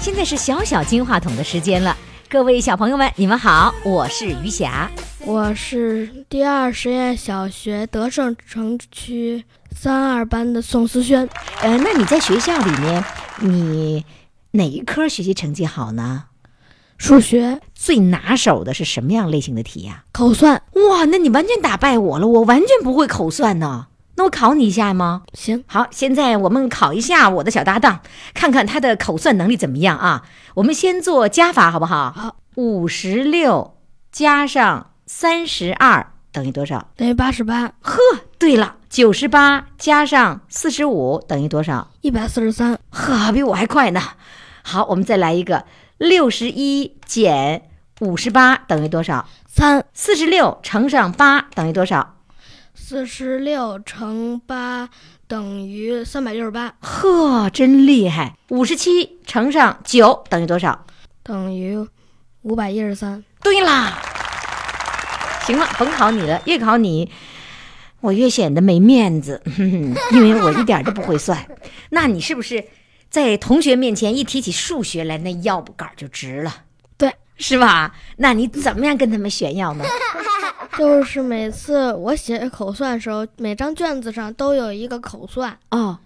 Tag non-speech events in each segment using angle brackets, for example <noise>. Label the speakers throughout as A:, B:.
A: 现在是小小金话筒的时间了，各位小朋友们，你们好，我是于霞。
B: 我是第二实验小学德胜城区三二班的宋思轩。
A: 呃，那你在学校里面，你哪一科学习成绩好呢？
B: 数学、
A: 最拿手的是什么样类型的题呀、
B: 口算
A: 哇，那你完全打败我了，我完全不会口算呢。那我考你一下吗？
B: 行，
A: 好，现在我们考一下我的小搭档，看看他的口算能力怎么样啊？我们先做加法，好不好？
B: 好，
A: 五十六加上三十二等于多少？
B: 等于八十八，
A: 呵，对了，九十八加上四十五等于多少？
B: 一百四十三，
A: 呵，比我还快呢。好，我们再来一个，六十一减五十八等于多少？
B: 三
A: 四十六乘上八等于多少？
B: 四十六乘八等于三百六十八，
A: 呵，真厉害！五十七乘上九等于多少？
B: 等于五百一十三。
A: 对啦，行了，甭考你了，越考你，我越显得没面子， <laughs> 哼哼因为我一点儿都不会算。那你是不是在同学面前一提起数学来，那腰部杆儿就直了？
B: 对，
A: 是吧？那你怎么样跟他们炫耀呢？
B: 就是每次我写口算的时候，每张卷子上都有一个口算。
A: 哦，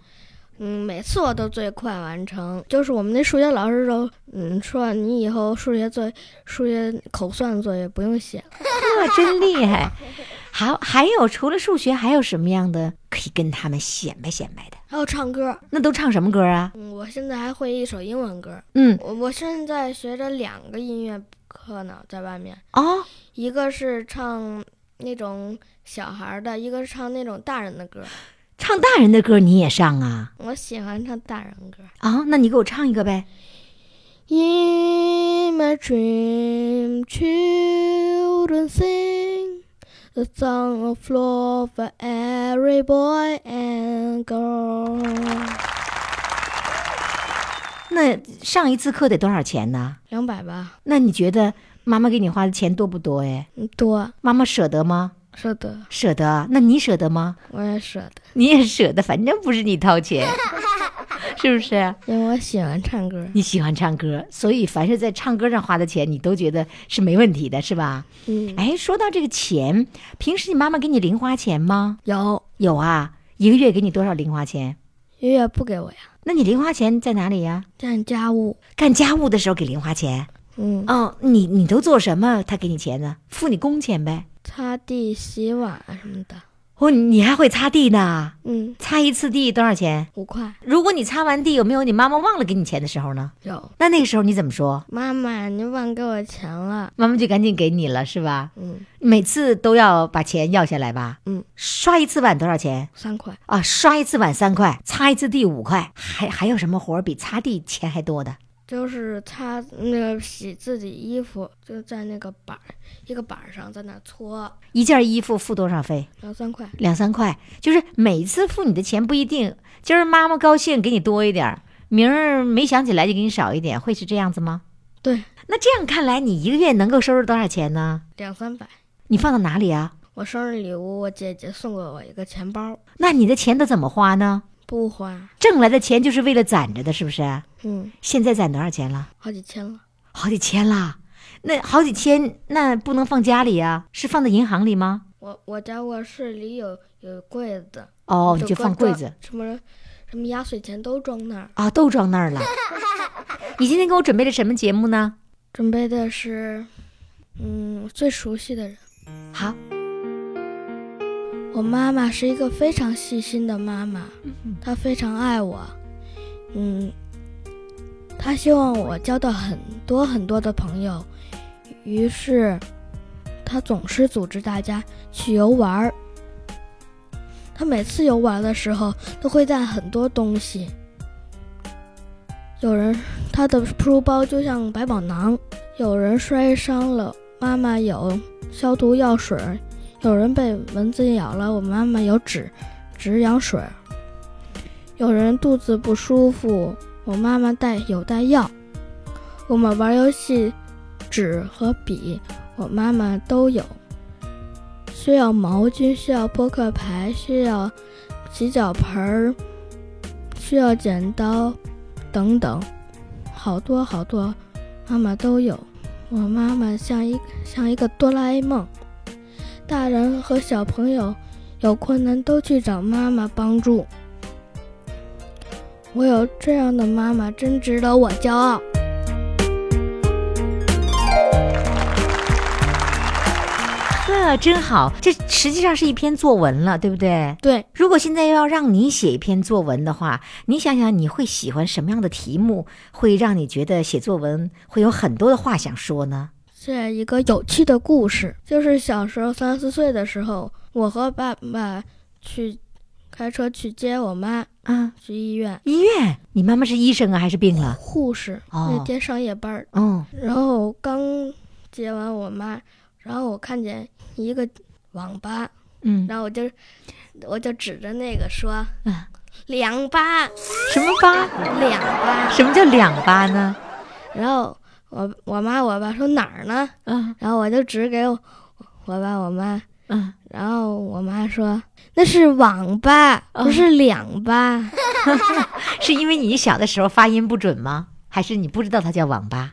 B: 嗯，每次我都最快完成。就是我们那数学老师都，嗯，说你以后数学作业、数学口算作业不用写了。
A: 呵，哦真厉害。好，还有除了数学，还有什么样的可以跟他们显摆显摆的？
B: 还有唱歌，
A: 那都唱什么歌啊？
B: 嗯，我现在还会一首英文歌。
A: 嗯，
B: 我我现在学着两个音乐课呢，在外面，
A: 哦，
B: 一个是唱那种小孩儿的，一个是唱那种大人的歌。
A: 唱大人的歌你也上啊？
B: 我喜欢唱大人歌。
A: 啊、那你给我唱一个呗。
B: In my dream, children sing the song of love for every boy and girl。
A: 那上一次课得多少钱呢？
B: 两百吧，
A: 那你觉得妈妈给你花的钱多不多？哎，
B: 嗯多
A: 妈妈舍得吗？
B: 舍得，
A: 舍得啊。那你舍得吗？
B: 我也舍得，
A: 你也舍得，反正不是你掏钱，是不是？
B: 因为我喜欢唱歌。
A: 你喜欢唱歌，所以凡是在唱歌上花的钱，你都觉得是没问题的，是吧？
B: 嗯，
A: 哎，说到这个钱，平时你妈妈给你零花钱吗？
B: 有
A: 有啊，一个月给你多少零花钱？
B: 月月不给我呀，
A: 那你零花钱在哪里呀、
B: 干家务。
A: 干家务的时候给零花钱？
B: 嗯，
A: 哦，你你都做什么？他给你钱呢？付你工钱呗。
B: 擦地、洗碗啊什么的。
A: 哦，你你还会擦地呢？
B: 嗯，
A: 擦一次地多少钱？
B: 五块
A: 如果你擦完地，有没有你妈妈忘了给你钱的时候呢？
B: 有。
A: 那那个时候你怎么说？
B: 妈妈，你忘给我钱了。
A: 妈妈就赶紧给你了，是吧？
B: 嗯，
A: 每次都要把钱要下来吧？
B: 嗯，
A: 刷一次碗多少钱？
B: 三块。
A: 啊，刷一次碗三块，擦一次地五块，还还有什么活儿比擦地钱还多的？
B: 就是擦那个洗自己衣服，就在那个板儿一个板儿上，在那儿搓，
A: 一件衣服付多少费？
B: 两三块。
A: 两三块，就是每一次付你的钱不一定，今儿妈妈高兴给你多一点儿，明儿没想起来就给你少一点，会是这样子吗？
B: 对，
A: 那这样看来，你一个月能够收入多少钱呢？
B: 两三百。
A: 你放到哪里啊？
B: 我生日礼物，我姐姐送给我一个钱包，
A: 那你的钱都怎么花呢？
B: 不花，
A: 挣来的钱就是为了攒着的，是不是？
B: 嗯，
A: 现在攒多少钱了？
B: 好几千了，
A: 好几千啦。那好几千，那不能放家里啊，是放在银行里吗？
B: 我我家卧室里有有柜子，
A: 哦，你就
B: 搁
A: 放柜
B: 装
A: 子，
B: 什么什么压岁钱都装那儿。
A: 啊，都装那儿了。你今天给我准备了什么节目呢？
B: 准备的是，嗯，最熟悉的人。
A: 好，
B: 我妈妈是一个非常细心的妈妈，她非常爱我，嗯，她希望我交到很多很多的朋友，于是她总是组织大家去游玩儿。她每次游玩的时候都会带很多东西，有人她的书包就像百宝囊，有人摔伤了，妈妈有消毒药水儿，有人被蚊子咬了，我妈妈有止止痒水儿；有人肚子不舒服，我妈妈带有带药。我们玩游戏，纸和笔我妈妈都有。需要毛巾，需要扑克牌，需要洗脚盆儿，需要剪刀，等等，好多好多妈妈都有。我妈妈像一像一个哆啦 A 梦，大人和小朋友有困难都去找妈妈帮助。我有这样的妈妈，真值得我骄傲。
A: <laughs> 呵，真好，这实际上是一篇作文了，对不对？
B: 对，
A: 如果现在要让你写一篇作文的话，你想想你会喜欢什么样的题目，会让你觉得写作文会有很多的话想说呢？
B: 是一个有趣的故事。就是小时候三四岁的时候，我和爸爸去开车去接我妈
A: 啊，
B: 去医院，
A: 医院，你妈妈是医生啊，还是病了？
B: 护士
A: 哦
B: 那天上夜班儿，
A: 哦，
B: 然后刚接完我妈，然后我看见一个网吧，
A: 嗯，
B: 然后我就我就指着那个说
A: 啊，
B: 两巴
A: 什么疤？
B: 两巴，
A: 什么叫两疤呢？
B: 然后我我妈我爸说哪儿呢？
A: 嗯
B: 然后我就指给我我爸我妈，
A: 嗯，
B: 然后我妈说那是网吧，不
A: 哦
B: 是两巴。
A: 是因为你小的时候发音不准吗？还是你不知道它叫网吧？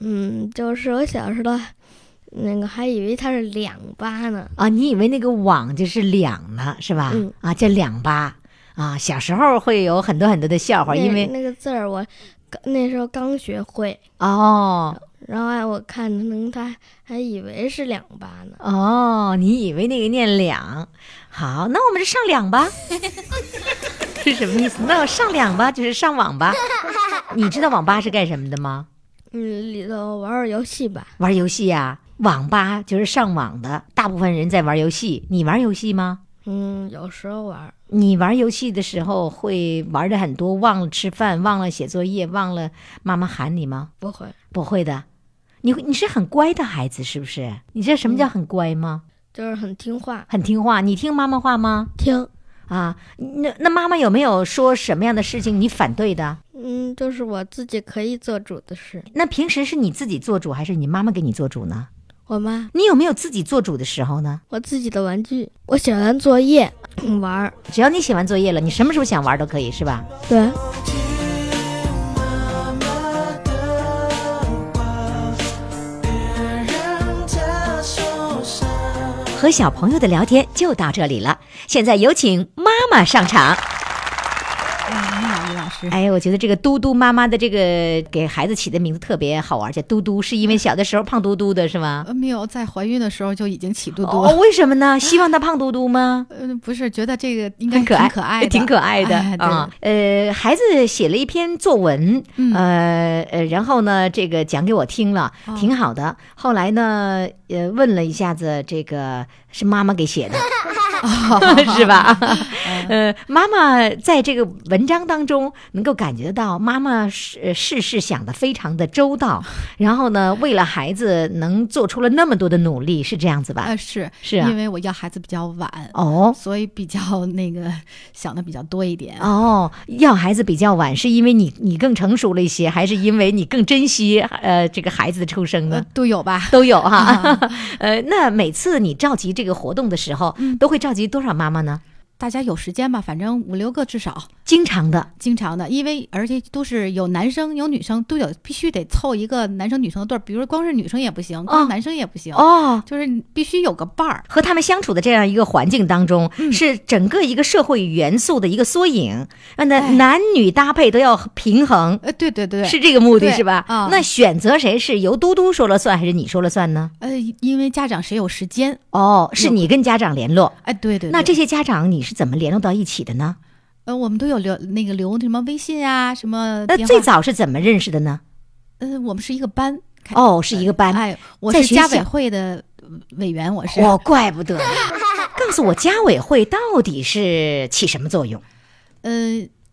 B: 嗯，就是我小时候那个还以为它是两巴呢。
A: 啊，你以为那个网就是两呢，是吧？
B: 嗯
A: 啊，叫两八啊。小时候会有很多很多的笑话，
B: 那
A: 啊因为
B: 那个字儿我刚那时候刚学会，
A: 哦
B: 然后哎我看能他还以为是两巴呢。
A: 哦，你以为那个念两，好，那我们就上两吧，是什么意思？那我上两吧就是上网吧。你知道网吧是干什么的吗？
B: 嗯，里头玩玩游戏吧。
A: 玩游戏呀、网吧就是上网的，大部分人在玩游戏。你玩游戏吗？
B: 嗯，有时候玩儿。
A: 你玩游戏的时候会玩的很多，忘了吃饭，忘了写作业，忘了妈妈喊你吗？
B: 不会，
A: 不会的，你会你是很乖的孩子，是不是？你知道什么叫很乖吗？
B: 就是很听话，
A: 很听话，你听妈妈话吗？
B: 听。
A: 啊，那那妈妈有没有说什么样的事情你反对的？
B: 嗯，就是我自己可以做主的事。
A: 那平时是你自己做主，还是你妈妈给你做主呢？
B: 我妈，
A: 你有没有自己做主的时候呢？
B: 我自己的玩具，我写完作业嗯玩儿。
A: 只要你写完作业了，你什么时候想玩都可以，是吧？
B: 对，
A: 和小朋友的聊天就到这里了，现在有请妈妈上场。
C: 你好，于老师。
A: 哎，我觉得这个嘟嘟妈妈的这个给孩子起的名字特别好玩，叫嘟嘟，是因为小的时候胖嘟嘟的是吗？
C: 呃，没有，在怀孕的时候就已经起肚肚
A: 哦，为什么呢？希望他胖嘟嘟吗？
C: 呃，不是，觉得这个应该
A: 可爱，
C: 挺可爱的，
A: 挺可爱的
C: 哎对
A: 啊。呃，孩子写了一篇作文，
C: 嗯
A: 呃呃，然后呢，这个讲给我听了，
C: 哦
A: 挺好的。后来呢，呃，问了一下子，这个是妈妈给写的， <laughs> 是吧？呃，妈妈在这个文章当中能够感觉到，妈妈是呃事事想的非常的周到，然后呢，为了孩子能做出了那么多的努力，是这样子吧？
C: 呃，是
A: 是啊
C: 因为我要孩子比较晚，
A: 哦。
C: 所以比较那个想的比较多一点。
A: 哦，要孩子比较晚，是因为你你更成熟了一些，还是因为你更珍惜呃这个孩子的出生
C: 呃 <laughs>
A: 呢？，
C: 都有吧？
A: 都有哈、
C: 嗯
A: <laughs> 呃，那每次你召集这个活动的时候，
C: 嗯
A: 都会召集多少妈妈呢？
C: 大家有时间吧，反正五六个至少，
A: 经常的
C: 经常的，因为而且都是有男生有女生都有，必须得凑一个男生女生的对儿，比如说光是女生也不行，光是男生也不行，
A: 哦。
C: 就是你必须有个伴儿。
A: 和他们相处的这样一个环境当中，
C: 嗯
A: 是整个一个社会元素的一个缩影。呃那
C: 哎
A: 男女搭配都要平衡，
C: 呃，对对对，
A: 是这个目的，
C: 对
A: 是吧？
C: 啊
A: 那选择谁是由嘟嘟说了算，还是你说了算呢？
C: 呃，因为家长谁有时间？
A: 哦，是你跟家长联络。
C: 哎，对对对
A: 那这些家长你是怎么联络到一起的呢？
C: 呃，我们都有留那个留什么微信啊，什么
A: 那
C: 电话
A: 最早是怎么认识的呢？
C: 呃，我们是一个班。开，
A: 哦，是一个班。
C: 哎，我
A: 在
C: 是
A: 学
C: 家
A: 校
C: 委会的委员，我是。
A: 哦，怪不得
C: <laughs>
A: 呢。告诉我，家委会到底是起什么作用？
C: 呃，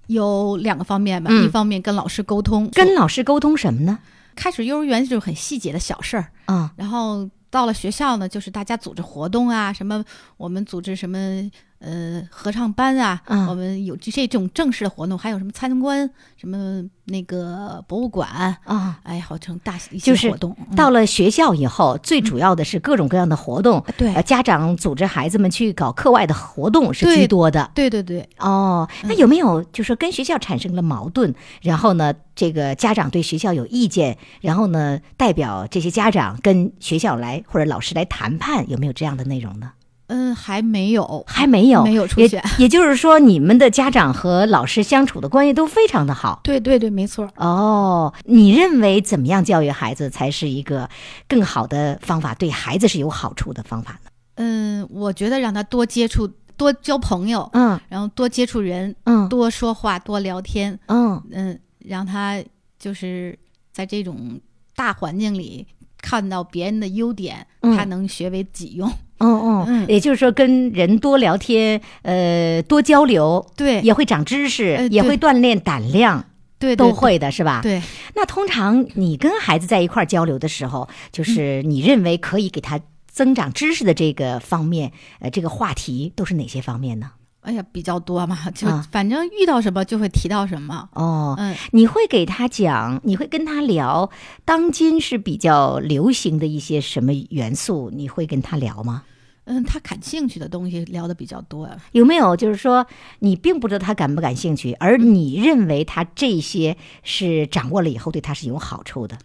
C: 有两个方面吧，
A: 嗯
C: 一方面跟老师沟通，
A: 跟老师沟通什么呢？
C: 开始幼儿园就是很细节的小事儿，
A: 啊、
C: 然后到了学校呢，就是大家组织活动啊，什么我们组织什么。呃合唱班啊，
A: 嗯
C: 我们有这这种正式的活动，还有什么参观什么那个博物馆，
A: 啊。
C: 哎，好成大一
A: 就
C: 些
A: 是
C: 活动。嗯
A: 到了学校以后，最主要的是各种各样的活动，
C: 嗯对
A: 呃，家长组织孩子们去搞课外的活动是
C: 对
A: 居多的。
C: 对对对，
A: 哦，那有没有就是说跟学校产生了矛盾，然后呢，这个家长对学校有意见，然后呢，代表这些家长跟学校来或者老师来谈判，有没有这样的内容呢？
C: 嗯，还没有，
A: 还没有，
C: 没有出
A: 也
C: 现。
A: 也就是说，你们的家长和老师相处的关系都非常的好。
C: 对对对，没错。
A: 哦，你认为怎么样教育孩子才是一个更好的方法，对孩子是有好处的方法呢？
C: 嗯，我觉得让他多接触、多交朋友，
A: 嗯
C: 然后多接触人，
A: 嗯
C: 多说话，多聊天。
A: 嗯
C: 嗯，让他就是在这种大环境里看到别人的优点，
A: 嗯
C: 他能学为己用。
A: 嗯嗯，
C: 嗯
A: 也就是说，跟人多聊天，呃，多交流，
C: 对，
A: 也会长知识，
C: 哎呃
A: 也
C: 对
A: 会锻炼胆量，
C: 对对
A: 都
C: 对
A: 会的是吧？
C: 对，
A: 那通常你跟孩子在一块儿交流的时候，就是你认为可以给他增长知识的这个方面，呃，这个话题都是哪些方面呢？
C: 哎呀，比较多嘛， <laughs> 就
A: 啊
C: 反正遇到什么就会提到什么。
A: 哦，
C: 嗯，
A: 你会给他讲，你会跟他聊当今是比较流行的一些什么元素，你会跟他聊吗？
C: 嗯，他感兴趣的东西聊的比较多。
A: 有没有就是说，你并不知道他感不感兴趣，而你认为他这些是掌握了以后对他是有好处的？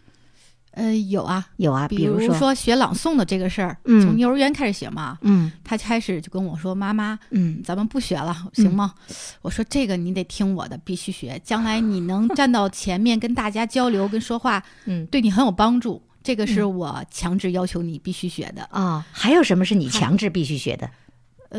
C: 呃，有啊，
A: 有啊，
C: 比
A: 如
C: 如说学朗诵的这个事儿，
A: 嗯
C: 从幼儿园开始学嘛，
A: 嗯
C: 他开始就跟我说：“妈妈，
A: 嗯
C: 咱们不学了，行吗？”我说：“这个你得听我的，必须学。将来你能站到前面跟大家交流、跟说话，
A: 嗯
C: 对你很有帮助。这个是我强制要求你必须学的。
A: 啊、还有什么是你强制必须学的？
C: 呃，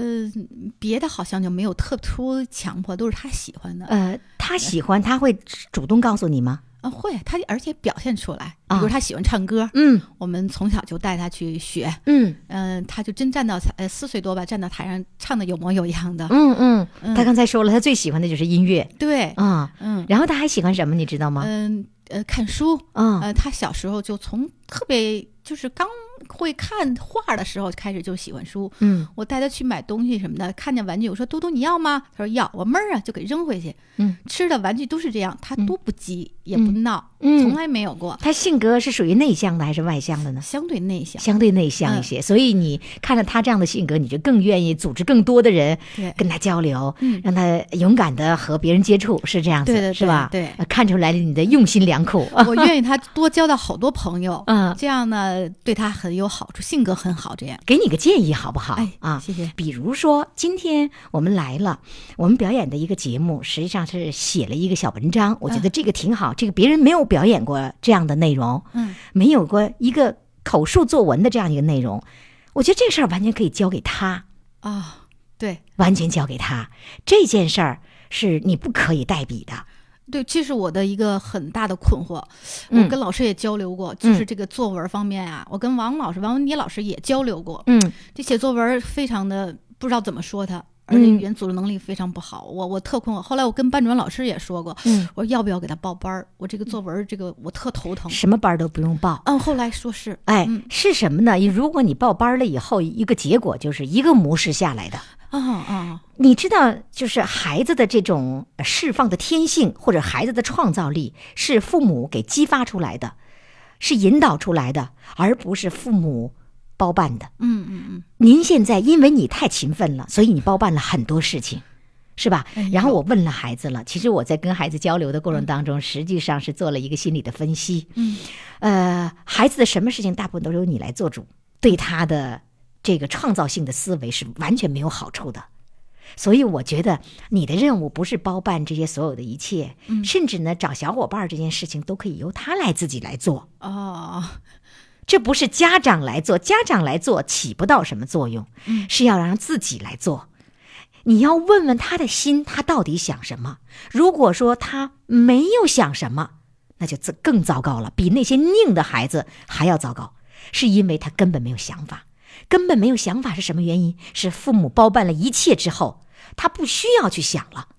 C: 别的好像就没有特殊强迫，都是他喜欢的。
A: 呃，他喜欢，他会主动告诉你吗？
C: 啊，会他而且表现出来，比
A: 啊
C: 如他喜欢唱歌，
A: 嗯
C: 我们从小就带他去学。
A: 嗯
C: 嗯、他就真站到呃四岁多吧，站到台上唱的有模有样的。
A: 嗯嗯，
C: 嗯，
A: 他刚才说了，他最喜欢的就是音乐
C: 对，
A: 啊、
C: 嗯
A: 然后他还喜欢什么，你知道吗？
C: 嗯呃，看书。
A: 啊、
C: 呃，他小时候就从特别就是刚会看画的时候开始就喜欢书。
A: 嗯
C: 我带他去买东西什么的，看见玩具我说：“嘟嘟你要吗？”他说：“要。”我闷儿啊就给扔回去。
A: 嗯，
C: 吃的玩具都是这样，他
A: 嗯
C: 都不急、也不闹，从
A: 嗯，
C: 来没有过。
A: 他性格是属于内向的还是外向的呢？
C: 相对内
A: <laughs>
C: 向，
A: 相对内向嗯一些，所以你看着他这样的性格，你就更愿意组织更多的人
C: 对，
A: 跟他交流，
C: 嗯，
A: 让他勇敢的和别人接触，是这样子，
C: 对对
A: 是吧？
C: 对，
A: 呃看出来你的用心良苦啊，
C: 我愿意他多交到好多朋友，
A: 嗯，
C: 这样呢对他很有好处，性格很好。这样，
A: 给你个建议好不好？
C: 哎
A: 啊，
C: 谢谢。
A: 比如说，今天我们来了，我们表演的一个节目，实际上是写了一个小文章，我觉得这个挺好，这个别人没有表演过这样的内容，
C: 嗯，
A: 没有过一个口述作文的这样一个内容，我觉得这个事儿完全可以交给他，
C: 啊、对
A: 完全交给他，这件事儿是你不可以代笔的，
C: 对，这是我的一个很大的困惑。
A: 嗯
C: 我跟老师也交流过，就是这个作文方面啊，我跟王老师、王文迪老师也交流过。
A: 嗯
C: 这写作文非常的不知道怎么说他，而且
A: 嗯
C: 语言组织能力非常不好。我我特困惑。后来我跟班主任老师也说过，
A: 嗯，
C: 我说要不要给他报班儿？我这个作文这个我特头疼。
A: 什么班儿都不用报。
C: 嗯，后来说是，
A: 哎
C: 嗯，
A: 是什么呢？如果你报班儿了以后，一个结果就是一个模式下来的。
C: 啊啊，
A: 你知道，就是孩子的这种呃释放的天性，或者孩子的创造力，是父母给激发出来的，是引导出来的，而不是父母包办的。
C: 嗯嗯嗯，
A: 您现在因为你太勤奋了，所以你包办了很多事情，是吧
C: 哎？
A: 然后
C: 有
A: 我问了孩子了，其实我在跟孩子交流的过程当中，实际上是做了一个心理的分析。
C: 嗯，
A: 呃，孩子的什么事情大部分都是由你来做主，对他的这个创造性的思维是完全没有好处的。所以我觉得你的任务不是包办这些所有的一切，甚至呢找小伙伴儿这件事情都可以由他来自己来做，
C: 哦，
A: 这不是家长来做，家长来做起不到什么作用，
C: 嗯
A: 是要让自己来做。你要问问他的心，他到底想什么？如果说他没有想什么，那就自更糟糕了，比那些拧的孩子还要糟糕，是因为他根本没有想法，根本没有想法是什么原因？是父母包办了一切之后，他不需要去想了。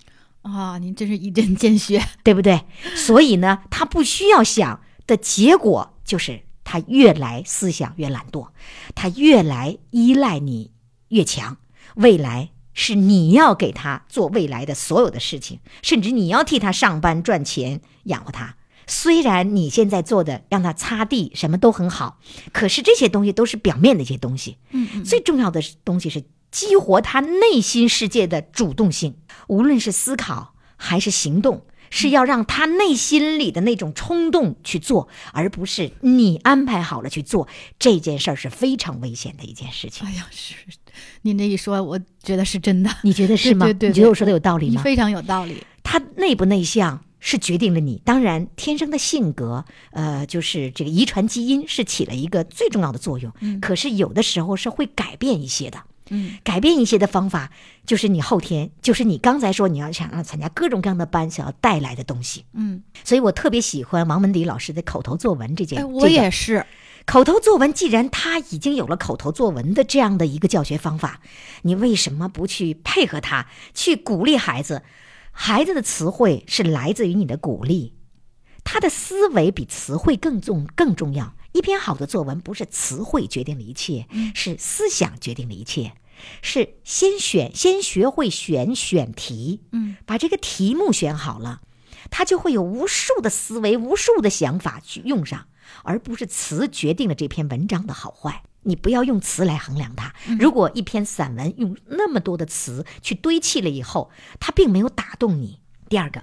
C: 啊，您真是一针见血。 <laughs>
A: 对不对？所以呢，他不需要想的结果就是他越来思想越懒惰，他越来依赖你越强，未来是你要给他做未来的所有的事情，甚至你要替他上班赚钱养活他。虽然你现在做的让他擦地什么都很好，可是这些东西都是表面的一些东西。
C: 嗯嗯
A: 最重要的是东西是激活他内心世界的主动性，无论是思考还是行动，是要让他内心里的那种冲动去做，而不是你安排好了去做这件事儿是非常危险的一件事情。
C: 哎呀，是您这一说，我觉得是真的，
A: 你觉得是吗？
C: 对对对
A: 你觉得我说的有道理
C: 你
A: 吗？
C: 非常有道理。
A: 他内不内向是决定了你，当然天生的性格，呃，就是这个遗传基因是起了一个最重要的作用。
C: 嗯
A: 可是有的时候是会改变一些的。
C: 嗯
A: 改变一些的方法，就是你后天，就是你刚才说你要想让参加各种各样的班，想要带来的东西。
C: 嗯，
A: 所以我特别喜欢王文迪老师的口头作文这件。
C: 哎，我
A: 这个
C: 也是，
A: 口头作文，既然他已经有了口头作文的这样的一个教学方法，你为什么不去配合他，去鼓励孩子？孩子的词汇是来自于你的鼓励，他的思维比词汇更重更重要。一篇好的作文不是词汇决定了一切，是思想决定了一切。是先选，先学会选选题，
C: 嗯，
A: 把这个题目选好了，他就会有无数的思维、无数的想法去用上，而不是词决定了这篇文章的好坏。你不要用词来衡量它。如果一篇散文用那么多的词去堆砌了以后，它并没有打动你。第二个，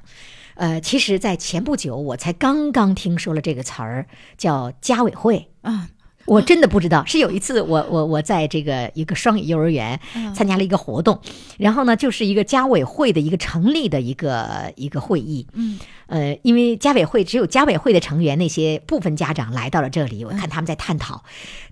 A: 呃，其实，在前不久我才刚刚听说了这个词儿，叫家委会。
C: 啊， <laughs>
A: 我真的不知道，是有一次我我我在这个一个双语幼儿园
C: 嗯
A: 参加了一个活动，然后呢，就是一个家委会的一个成立的一个一个会议，
C: 嗯
A: 呃，因为家委会只有家委会的成员那些部分家长来到了这里，
C: 嗯
A: 我看他们在探讨，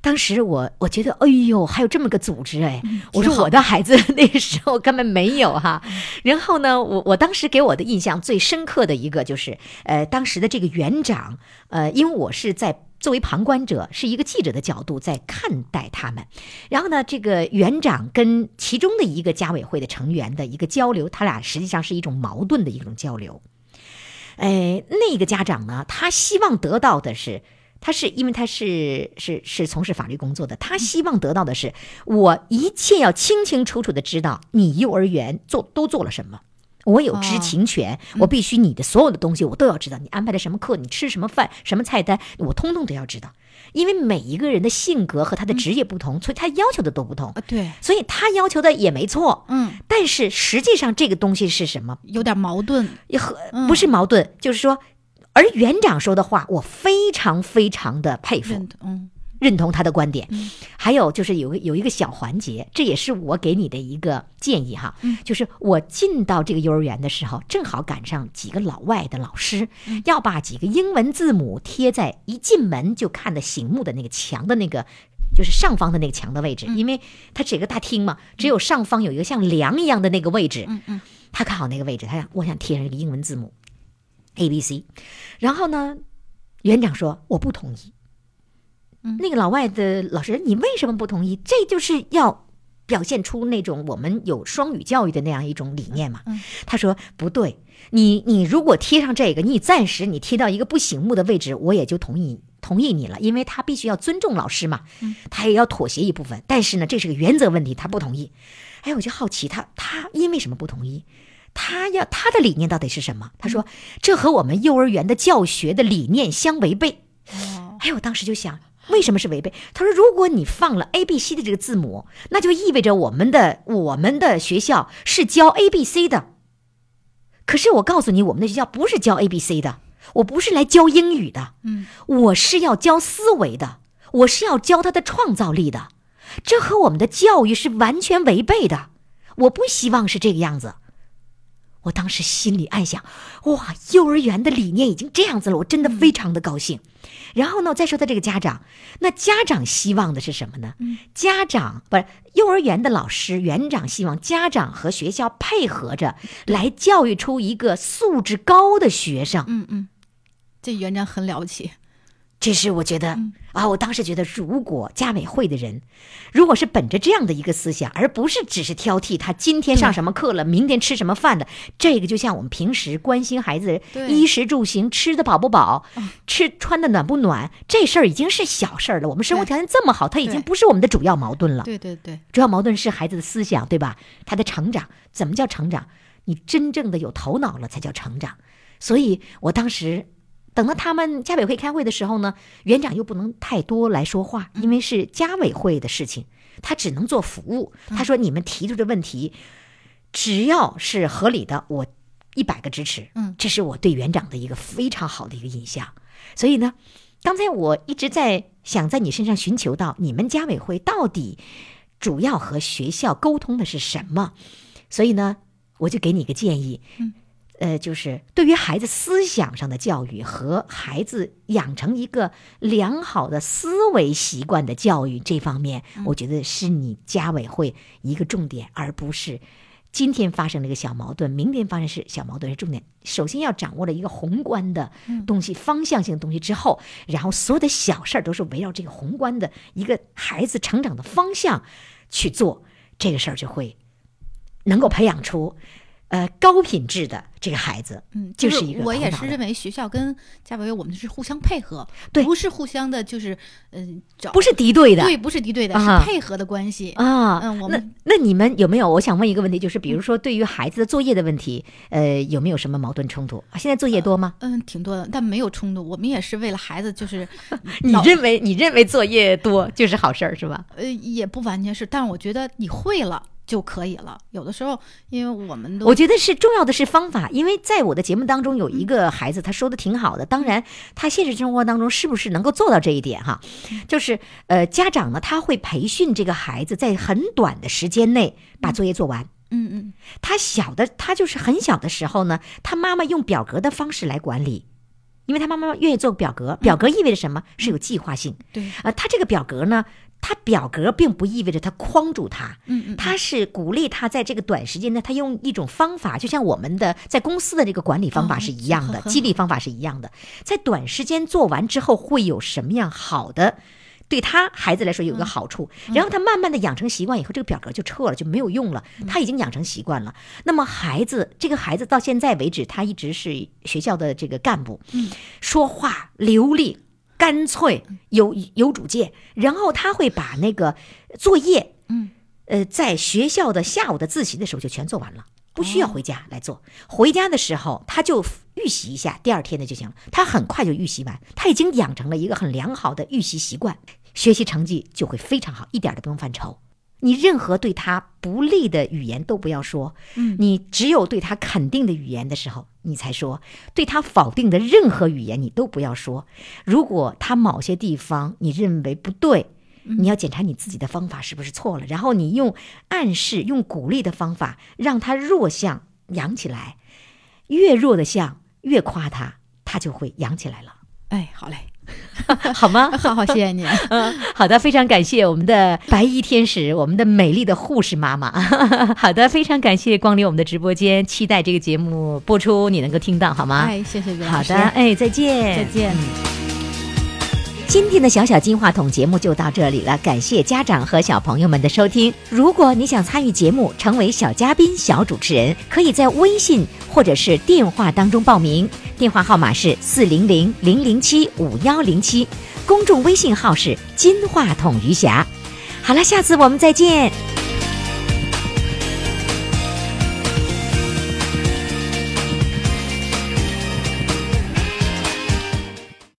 A: 当时我我觉得，哎呦，还有这么个组织哎，
C: 嗯
A: 我说我的孩子 <laughs> 那时候根本没有哈、然后呢，我我当时给我的印象最深刻的一个就是，呃，当时的这个园长，呃，因为我是在。作为旁观者，是一个记者的角度在看待他们。然后呢，这个园长跟其中的一个家委会的成员的一个交流，他俩实际上是一种矛盾的一种交流。哎，那个家长呢，他希望得到的是，他是因为他是是是从事法律工作的，他希望得到的是，我一切要清清楚楚的知道你幼儿园做都做了什么。我有知情权，我必须你的所有的东西我都要知道，你安排的什么课，你吃什么饭，什么菜单，我通通都要知道，因为每一个人的性格和他的职业不同，所以他要求的都不同，
C: 啊，对，
A: 所以他要求的也没错，
C: 嗯，
A: 但是实际上这个东西是什么？
C: 有点矛盾，
A: 也和
C: 嗯
A: 不是矛盾，就是说，而园长说的话，我非常非常的佩服，
C: 认同，嗯
A: 认同他的观点。
C: 嗯
A: 还有就是有一个有一个小环节，这也是我给你的一个建议哈，
C: 嗯
A: 就是我进到这个幼儿园的时候，正好赶上几个老外的老师、
C: 嗯
A: 要把几个英文字母贴在一进门就看的醒目的那个墙的那个。就是上方的那个墙的位置，
C: 嗯
A: 因为它是一个大厅嘛，只有上方有一个像梁一样的那个位置，
C: 嗯嗯，
A: 他看好那个位置，他想我想贴上一个英文字母 A B C，然后呢，园长说我不同意。
C: 嗯
A: 那个老外的老师，你为什么不同意？这就是要表现出那种我们有双语教育的那样一种理念嘛。
C: 嗯
A: 他说不对，你你如果贴上这个，你暂时你贴到一个不醒目的位置，我也就同意同意你了，因为他必须要尊重老师嘛，
C: 嗯
A: 他也要妥协一部分。但是呢，这是个原则问题，他不同意。哎，我就好奇他他因为什么不同意？他要他的理念到底是什么？他
C: 嗯
A: 说这和我们幼儿园的教学的理念相违背。
C: 哦，
A: 哎，我当时就想，为什么是违背？他说，如果你放了 A、B、C 的这个字母，那就意味着我们的我们的学校是教 A、B、C 的。可是我告诉你，我们的学校不是教 A、B、C 的，我不是来教英语的，
C: 嗯，
A: 我是要教思维的，我是要教他的创造力的，这和我们的教育是完全违背的。我不希望是这个样子。我当时心里暗想：哇，幼儿园的理念已经这样子了，我真的
C: 嗯
A: 非常的高兴。然后呢，再说到这个家长，那家长希望的是什么呢？家长不是幼儿园的老师、园长希望家长和学校配合着来教育出一个素质高的学生。
C: 嗯嗯，这园长很了不起，
A: 这是我觉得、啊，我当时觉得，如果家委会的人，如果是本着这样的一个思想，而不是只是挑剔他今天上什么课了，明天吃什么饭了，这个就像我们平时关心孩子
C: 对嗯
A: 衣食住行，吃的饱不饱，吃穿的暖不暖，这事儿已经是小事儿了。我们生活
C: 对
A: 条件这么好，它已经
C: 对
A: 不是我们的主要矛盾了。
C: 对对对，
A: 主要矛盾是孩子的思想，对吧？他的成长，怎么叫成长？你真正的有头脑了才叫成长。所以我当时等到他们家委会开会的时候呢，园长又不能太多来说话，因为是家委会的事情，他只能做服务。他说：“你们提出的问题，只要是合理的，我一百个支持。”
C: 嗯，
A: 这是我对园长的一个非常好的一个印象。所以呢，刚才我一直在想在你身上寻求到你们家委会到底主要和学校沟通的是什么，所以呢，我就给你一个建议，
C: 嗯，
A: 呃，就是对于孩子思想上的教育和孩子养成一个良好的思维习惯的教育这方面，我觉得是你家委会一个重点，而不是。今天发生了一个小矛盾，明天发生是小矛盾是重点。首先要掌握了一个宏观的东西、方向性的东西之后，然后所有的小事儿都是围绕这个宏观的一个孩子成长的方向去做，这个事儿就会能够培养出呃高品质的这个孩子。
C: 嗯，
A: 就
C: 就是
A: 一个
C: 我
A: 头
C: 也
A: 脑
C: 是
A: 的
C: 认为学校跟家委会我们是互相配合，
A: 对
C: 不是互相的，就是嗯、找
A: 不是敌对的，
C: 对，不是敌对的，
A: 啊
C: 是配合的关系。
A: 啊，
C: 嗯我
A: 那
C: 们
A: 那你们有没有？我想问一个问题，就是比如说对于孩子的作业的问题，呃，有没有什么矛盾冲突？啊现在作业多吗？
C: 嗯，挺多的，但没有冲突。我们也是为了孩子，就是 <laughs>
A: 呃你
C: 老
A: 认为你认为作业多就是好事儿是吧？
C: 呃，也不完全是，但我觉得你会了就可以了。有的时候，因为我们都
A: 我觉得是重要的是方法，因为在我的节目当中有一个孩子，他说的挺好的。当然，他现实生活当中是不是能够做到这一点哈？就是呃，家长呢他会培训这个孩子在很短的时间内把作业做完。
C: 嗯嗯
A: 他小的，他就是很小的时候呢，他妈妈用表格的方式来管理，因为他妈妈愿意做表格。表格意味着什么？是有计划性。
C: 对，
A: 啊，他这个表格呢，他表格并不意味着他框住他，
C: 嗯嗯，
A: 他是鼓励他在这个短时间内，他用一种方法，就像我们的在公司的这个管理方法
C: 哦
A: 是一样的，
C: 很好
A: 激励方法是一样的，在短时间做完之后会有什么样好的？对他孩子来说有一个好处，然后他慢慢的养成习惯以后，这个表格就撤了，就没有用了。他已经养成习惯了。那么孩子，这个孩子到现在为止，他一直是学校的这个干部，说话流利、干脆、有有主见，然后他会把那个作业，
C: 嗯，
A: 呃，在学校的下午的自习的时候就全做完了，不需要回家来做。回家的时候他就预习一下，第二天的就行了。他很快就预习完，他已经养成了一个很良好的预习习惯，学习成绩就会非常好，一点儿都不用犯愁。你任何对他不利的语言都不要说，你只有对他肯定的语言的时候，你才说；对他否定的任何语言，你都不要说。如果他某些地方你认为不对，
C: 嗯
A: 你要检查你自己的方法是不是错了，然后你用暗示、用鼓励的方法，让他弱项扬起来，越弱的项越夸他，他就会扬起来
C: <laughs>
A: 了，
C: 哎，好嘞，
A: 好吗？
C: 好好，谢谢啊您。
A: 好的，非常感谢我们的白衣天使，我们的美丽的护士妈妈。 <laughs> 好的，非常感谢光临我们的直播间，期待这个节目播出，你能够听到好吗？
C: 哎，谢谢袁
A: 好
C: 老师，
A: 的，哎，再见，
C: 再见。
A: 今天的小小金话筒节目就到这里了，感谢家长和小朋友们的收听。如果你想参与节目，成为小嘉宾、小主持人，可以在微信或者是电话当中报名，电话号码是四零零零零七五幺零七，公众微信号是金话筒余霞。好了，下次我们再见。